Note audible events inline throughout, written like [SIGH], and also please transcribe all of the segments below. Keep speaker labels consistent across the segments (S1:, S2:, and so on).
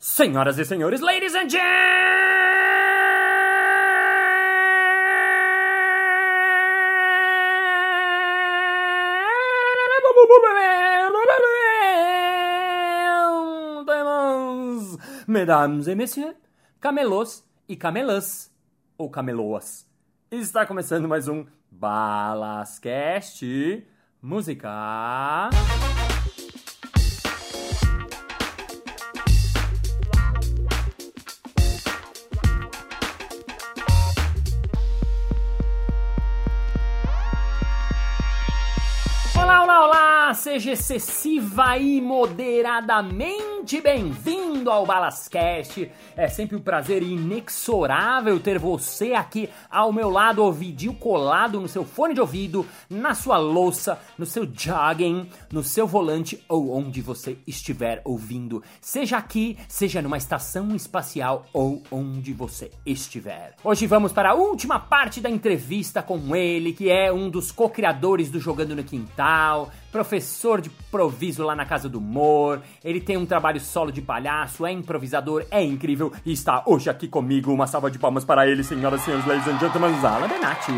S1: Senhoras e senhores, ladies and gentlemen, mesdames et messieurs, camelôs e camelãs, ou cameloas. Está começando mais um Balascast Música. Olá, olá, olá! Seja excessiva e moderadamente bem-vindo ao Balascast. É sempre um prazer inexorável ter você aqui ao meu lado, ouvidinho colado no seu fone de ouvido, na sua louça, no seu jogging, no seu volante ou onde você estiver ouvindo. Seja aqui, seja numa estação espacial ou onde você estiver. Hoje vamos para a última parte da entrevista com ele, que é um dos co-criadores do Jogando no Quintal, professor de improviso lá na Casa do Mor. Ele tem um trabalho solo de palhaço, é improvisador, é incrível e está hoje aqui comigo. Uma salva de palmas para ele, senhoras e senhores, ladies and gentlemen, Zala Benatti.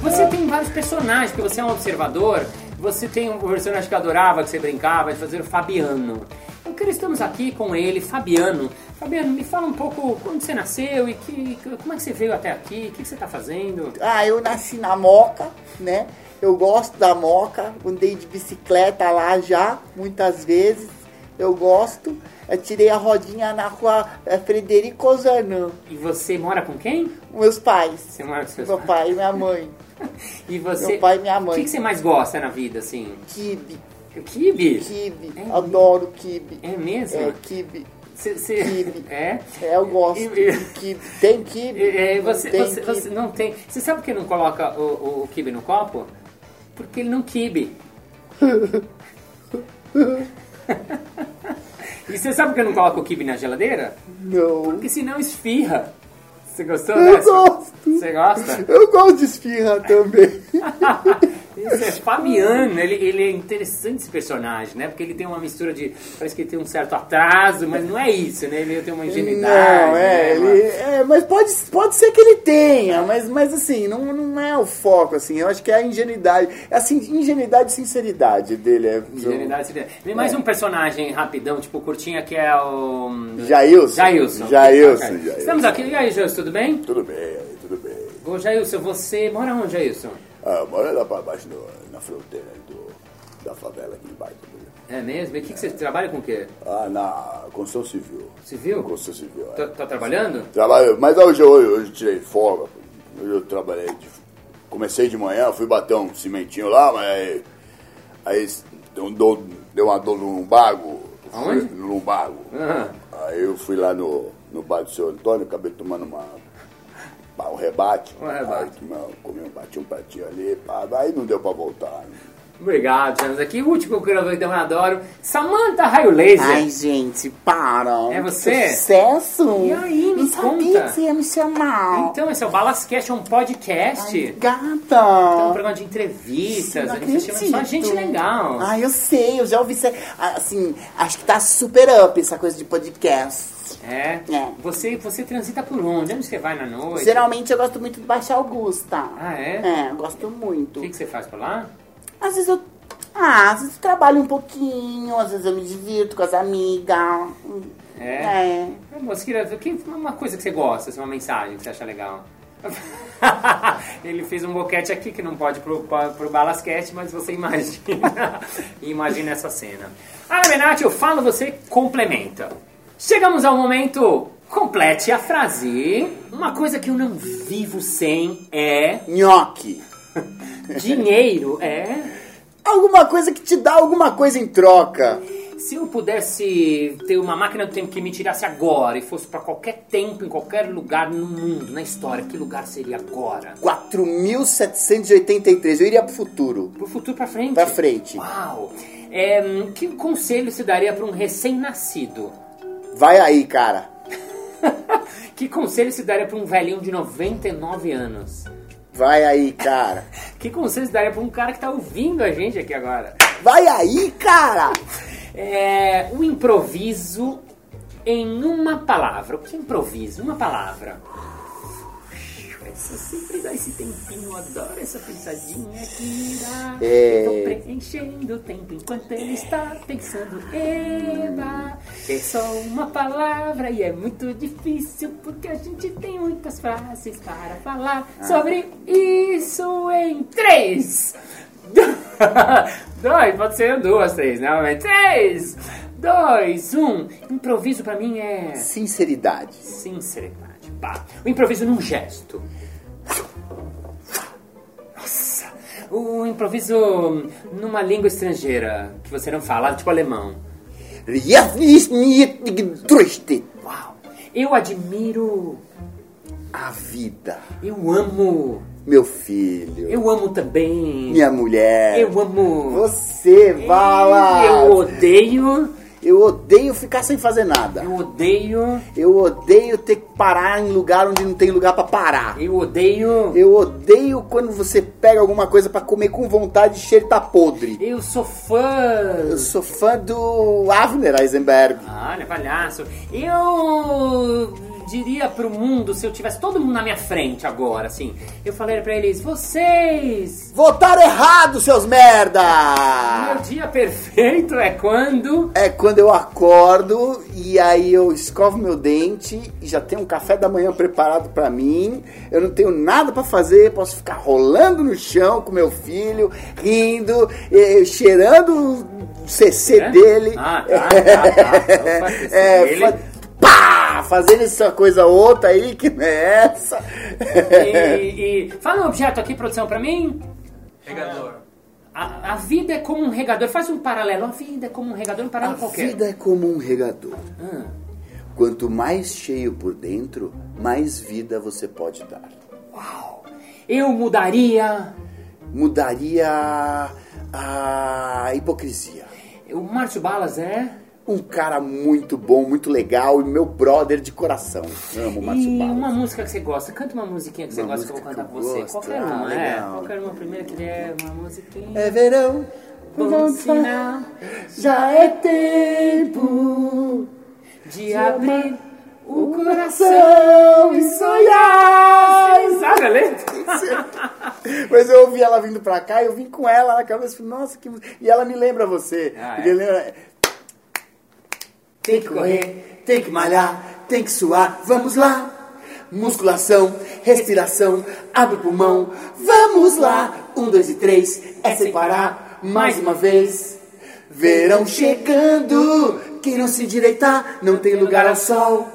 S1: Você tem vários personagens, porque você é um observador. Você tem um personagem que eu adorava, que você brincava, de fazer o Fabiano. Eu quero, estamos aqui com ele, Fabiano. Fabiano, me fala um pouco quando você nasceu e que, como é que você veio até aqui, o que você está fazendo?
S2: Ah, eu nasci na Moca, né? Eu gosto da Moca, andei de bicicleta lá já, muitas vezes. Eu gosto. Eu tirei a rodinha na rua eh, Frederico Osanã.
S1: E você mora com quem?
S2: Meus pais.
S1: Você mora com seus
S2: Meu
S1: pais?
S2: pai e minha mãe.
S1: E você...
S2: meu pai e minha
S1: O
S2: mãe.
S1: que, que você mais gosta na vida, assim?
S2: Kibe,
S1: O kibe?
S2: kibe.
S1: É
S2: Adoro kibe.
S1: É mesmo?
S2: É, kibe.
S1: Você- você-
S2: Quibe.
S1: [LAUGHS] É?
S2: É, eu gosto
S1: E-
S2: de quibe. Tem kibe?
S1: É, é, você,
S2: Tem
S1: você,
S2: quibe.
S1: você não tem. Você sabe por que não coloca o, o, o kibe no copo? Porque ele não kibe. e você sabe por que não coloca o kibe na geladeira?
S2: Não.
S1: Porque senão esfirra. Você gostou
S2: Eu
S1: dessa?
S2: gosto.
S1: Você gosta? [LAUGHS]
S2: Eu gosto de espirra também.
S1: Isso é Fabiano, ele, ele é interessante esse personagem, né? Porque ele tem uma mistura de. Parece que ele tem um certo atraso, mas não é isso, né? Ele tem uma ingenuidade.
S2: Não, é,
S1: né? Uma-
S2: ele- é, mas pode, pode ser que ele tenha, mas, mas assim, não, não é o foco, assim, eu acho que é a ingenuidade, assim, ingenuidade e sinceridade dele, é
S1: Sinceridade, sinceridade. Vem mais um personagem rapidão, tipo curtinha, que é o.
S2: Jailson.
S1: Jailson.
S2: Jailson,
S1: Ok.
S2: Jailson.
S1: Estamos aqui. E aí, Jailson, tudo bem?
S2: tudo bem, tudo bem,
S1: Ô, Jailson, você mora onde, Jailson?
S2: ah, mora lá pra baixo no- na fronteira do, da favela aqui embaixo,
S1: É mesmo? E o que, que você trabalha com o quê?
S2: ah, na construção civil,
S1: Civil?
S2: civil, é.
S1: Tá, tá trabalhando?
S2: Trabalho, mas hoje eu, hoje eu tirei folga. Hoje eu trabalhei. de- comecei de manhã, fui bater um cimentinho lá, mas aí, aí deu, um dor- deu uma dor no lumbago.
S1: Aonde?
S2: Fui No lumbago.
S1: Ah,
S2: Aí eu fui lá no, no bar do seu Antônio, acabei tomando uma, pá, um rebate.
S1: Um rebate.
S2: Aí, mano, comi um bati um pratinho ali, pá, aí não deu pra voltar. né?
S1: obrigado, estamos aqui. O último curador que eu adoro, Samantha Raio Laser.
S3: Ai, gente, para.
S1: É você?
S3: Sucesso.
S1: E aí, me
S3: Não sabia
S1: conta.
S3: que você ia me chamar.
S1: Então, esse é o Balascast, é um podcast.
S3: Ai,
S1: É um
S3: gata.
S1: programa de entrevistas,
S3: Não
S1: Então, a gente chama só
S3: acredito. Ah,
S1: gente legal.
S3: Ai, eu sei, eu já ouvi isso. Assim, acho que tá super up essa coisa de podcast.
S1: É.
S3: É.
S1: Você, você transita por onde? Onde você vai na noite?
S3: Geralmente eu gosto muito do Baixa Augusta.
S1: Ah, é?
S3: É, eu gosto muito.
S1: O que, que você faz por lá?
S3: Às vezes eu. Ah, às vezes eu trabalho um pouquinho, às vezes eu me divirto com as amigas.
S1: É?
S3: É.
S1: Ô, Mosquira, o que uma coisa que você gosta, assim, uma mensagem que você acha legal? [LAUGHS] Ele fez um boquete aqui que não pode pro, pa- pro Balasquete, mas você imagina. [LAUGHS] imagina essa cena. Ah, Renate, eu falo, você complementa. Chegamos ao momento. Complete a frase. Uma coisa que eu não vivo sem é.
S2: Nhoque!
S1: Dinheiro é.
S2: Alguma coisa que te dá alguma coisa em troca.
S1: Se eu pudesse ter uma máquina do tempo que me tirasse agora e fosse pra qualquer tempo, em qualquer lugar no mundo, na história, que lugar seria agora?
S2: 4.783, eu iria pro futuro.
S1: Pro futuro pra frente.
S2: Pra frente.
S1: Uau! É, hum, que conselho se daria pra um recém-nascido?
S2: Vai aí, cara.
S1: O
S4: Que conselho se daria pra um velhinho de 99 anos?
S2: Vai aí, cara.
S4: Que conselho se daria pra um cara que tá ouvindo a gente aqui agora?
S2: Vai aí, cara!
S4: É,
S1: um
S4: o improviso em uma palavra. O que é improviso? Uma palavra. Essa sempre dá esse tempinho, eu adoro essa pensadinha que dá.
S2: É.
S4: Eu tô preenchendo o tempo enquanto ele está pensando. Eba, é só uma palavra e é muito difícil porque a gente tem muitas frases para falar sobre isso em três. [LAUGHS] dois, pode ser duas, três, não, mas três, dois, um. Improviso pra mim é
S2: Sinceridade.
S4: sinceridade. Pá. O improviso num gesto. Nossa! O improviso numa língua estrangeira que você não fala, tipo alemão.
S2: Yes, yes, yes, triste.
S4: Uau! Eu admiro,
S2: A vida.
S4: eu amo,
S2: Meu filho.
S4: eu amo também.
S2: Minha mulher.
S4: Eu amo.
S2: Você, Bala.
S4: Eu odeio,
S2: Eu odeio ficar sem fazer nada.
S4: eu odeio,
S2: Eu odeio ter que parar em lugar onde não tem lugar pra parar.
S4: eu odeio.
S2: Eu odeio quando você pega alguma coisa pra comer com vontade e cheiro tá podre.
S4: Eu sou fã.
S2: Eu sou fã do Avner Eisenberg.
S4: Olha, palhaço. Eu diria pro mundo, se eu tivesse todo mundo na minha frente agora, assim, eu falaria pra eles, vocês!
S2: Votaram errado, seus
S4: Meu
S2: merda!
S4: dia perfeito é
S2: [LAUGHS]
S4: quando.
S2: É quando eu acordo e aí eu escovo meu dente e já tenho um café da manhã preparado pra mim. Eu não tenho nada pra fazer, posso ficar rolando no chão com meu filho, rindo, eh, cheirando o CC
S4: É?
S2: dele.
S4: Ah, tá, tá, tá. Opa, esse
S2: [LAUGHS] É,
S4: dele.
S2: fa- pá, fazendo essa coisa outra aí que não é essa.
S4: E, e- fala um objeto aqui, produção, pra mim.
S1: Regador.
S4: A, a vida é como um regador. Faz um paralelo. A vida é como um regador, um
S2: A
S4: paralelo qualquer.
S2: vida é como um regador.
S4: Ah,
S2: Quanto mais cheio por dentro, mais vida você pode dar.
S4: uau! Eu mudaria.
S2: Mudaria a hipocrisia.
S4: O Márcio Balas é.
S2: Um cara muito bom, muito legal e meu brother de coração. Amo o Márcio
S4: E
S2: Barros.
S4: uma música que você gosta, canta uma musiquinha que você
S2: Uma
S4: gosta que eu vou
S2: música que
S4: cantar pra
S2: eu
S4: você.
S2: gosto.
S4: Qualquer
S2: Ah,
S4: uma,
S2: legal.
S4: é. Qualquer uma primeira que der uma musiquinha.
S2: É verão,
S4: Bom sinal
S2: já é tempo
S4: de abrir o coração
S2: coração e sonhar.
S4: Sabe a letra?
S2: Mas eu ouvi ela vindo pra cá, eu vim com ela na cabeça, falei, nossa, que música. E ela me lembra você.
S4: Ah,
S2: Me
S4: é?
S2: lembra- Tem que correr, tem que malhar, tem que suar, vamos lá. Musculação, respiração, abre o pulmão, vamos lá. Um, dois e três, é sem parar, mais uma vez. Verão chegando, quem não se direitar não tem lugar ao sol.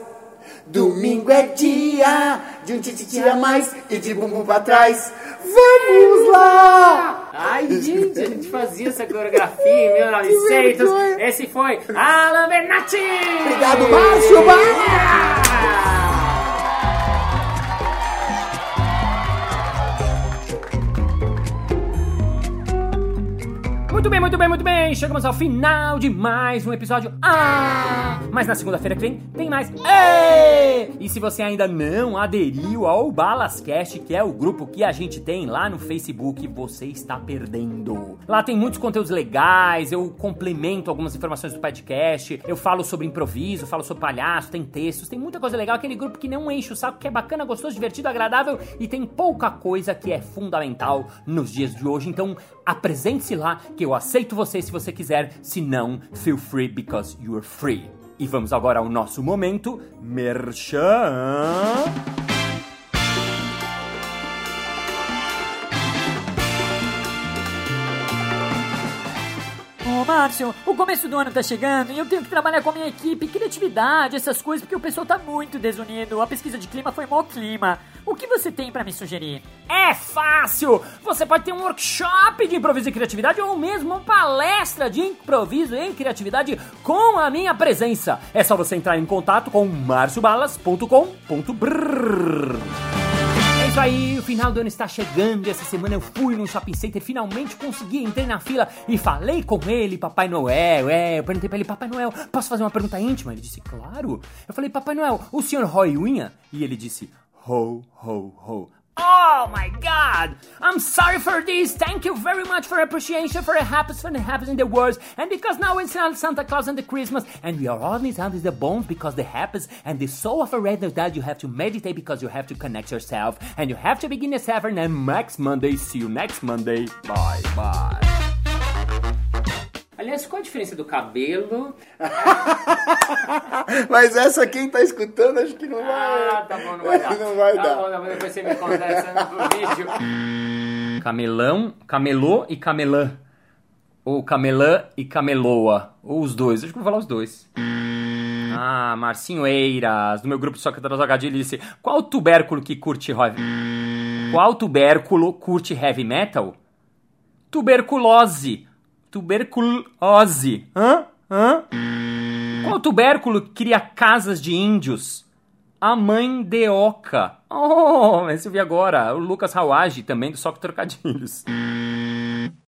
S2: Domingo é dia de um tititi a mais e de bumbum pra trás. Vamos lá!
S4: Ai, gente, a gente fazia essa coreografia em 1900.
S2: vergonha.
S4: Esse foi Alan Bernatti!
S2: Obrigado, Márcio Balas!
S4: Muito bem, muito bem, muito bem. Chegamos ao final de mais um episódio. Ah! Mas na segunda-feira que vem tem mais. Ê! E se você ainda não aderiu ao Balascast, que é o grupo que a gente tem lá no Facebook, você está perdendo. Lá tem muitos conteúdos legais, eu complemento algumas informações do podcast, eu falo sobre improviso, falo sobre palhaço, tem textos, tem muita coisa legal. Aquele grupo que não enche o saco, que é bacana, gostoso, divertido, agradável e tem pouca coisa que é fundamental nos dias de hoje. Então, apresente-se lá que eu aceito você se você quiser. Se não, feel free because you're free. E vamos agora ao nosso momento merchan.
S5: Ô, Márcio, o começo do ano tá chegando e eu tenho que trabalhar com a minha equipe, criatividade, essas coisas, porque o pessoal tá muito desunido. A pesquisa de clima foi mó clima. O que você tem pra me sugerir?
S4: É fácil! Você pode ter um workshop de improviso e criatividade ou mesmo uma palestra de improviso e criatividade com a minha presença. É só você entrar em contato com marciobalas.com.br. É isso aí,
S1: aí, o final do ano está chegando. Essa semana eu fui num shopping center, finalmente consegui, entrei na fila e falei com ele, Papai Noel. É, eu perguntei pra ele, Papai Noel, posso fazer uma pergunta íntima? Ele disse, claro. Eu falei, Papai Noel, o senhor rói unha? E ele disse, ho, ho, ho. Oh my god! I'm sorry for this. Thank you very much for appreciation for it happens when it happens in the world. And because now it's not Santa Claus and the Christmas, and we are always under the bones because the happens and the soul of a red that you have to meditate because you have to connect yourself and you have to begin this effort. And next Monday, see you next Monday. Bye bye. Aliás, qual a diferença do cabelo?
S2: Mas essa quem tá escutando acho que não vai.
S1: Ah, tá bom, não vai dar.
S2: [LAUGHS] Não vai
S1: tá
S2: dar.
S1: bom, tá bom, depois você me conta essa no vídeo. Camelão, camelô e camelã. Ou camelã e cameloa. Ou os dois. Acho que eu vou falar os dois. Ah, Marcinho Eiras, do meu grupo Só que tá ele disse: Qual tubérculo que curte heavy Qual tubérculo curte heavy metal? Tuberculose. Tuberculose. Hã? Hã? Qual tubérculo cria casas de índios? A mandioca. Oh, mas eu vi agora. O Lucas Hawage, também do Soco Trocadilhos.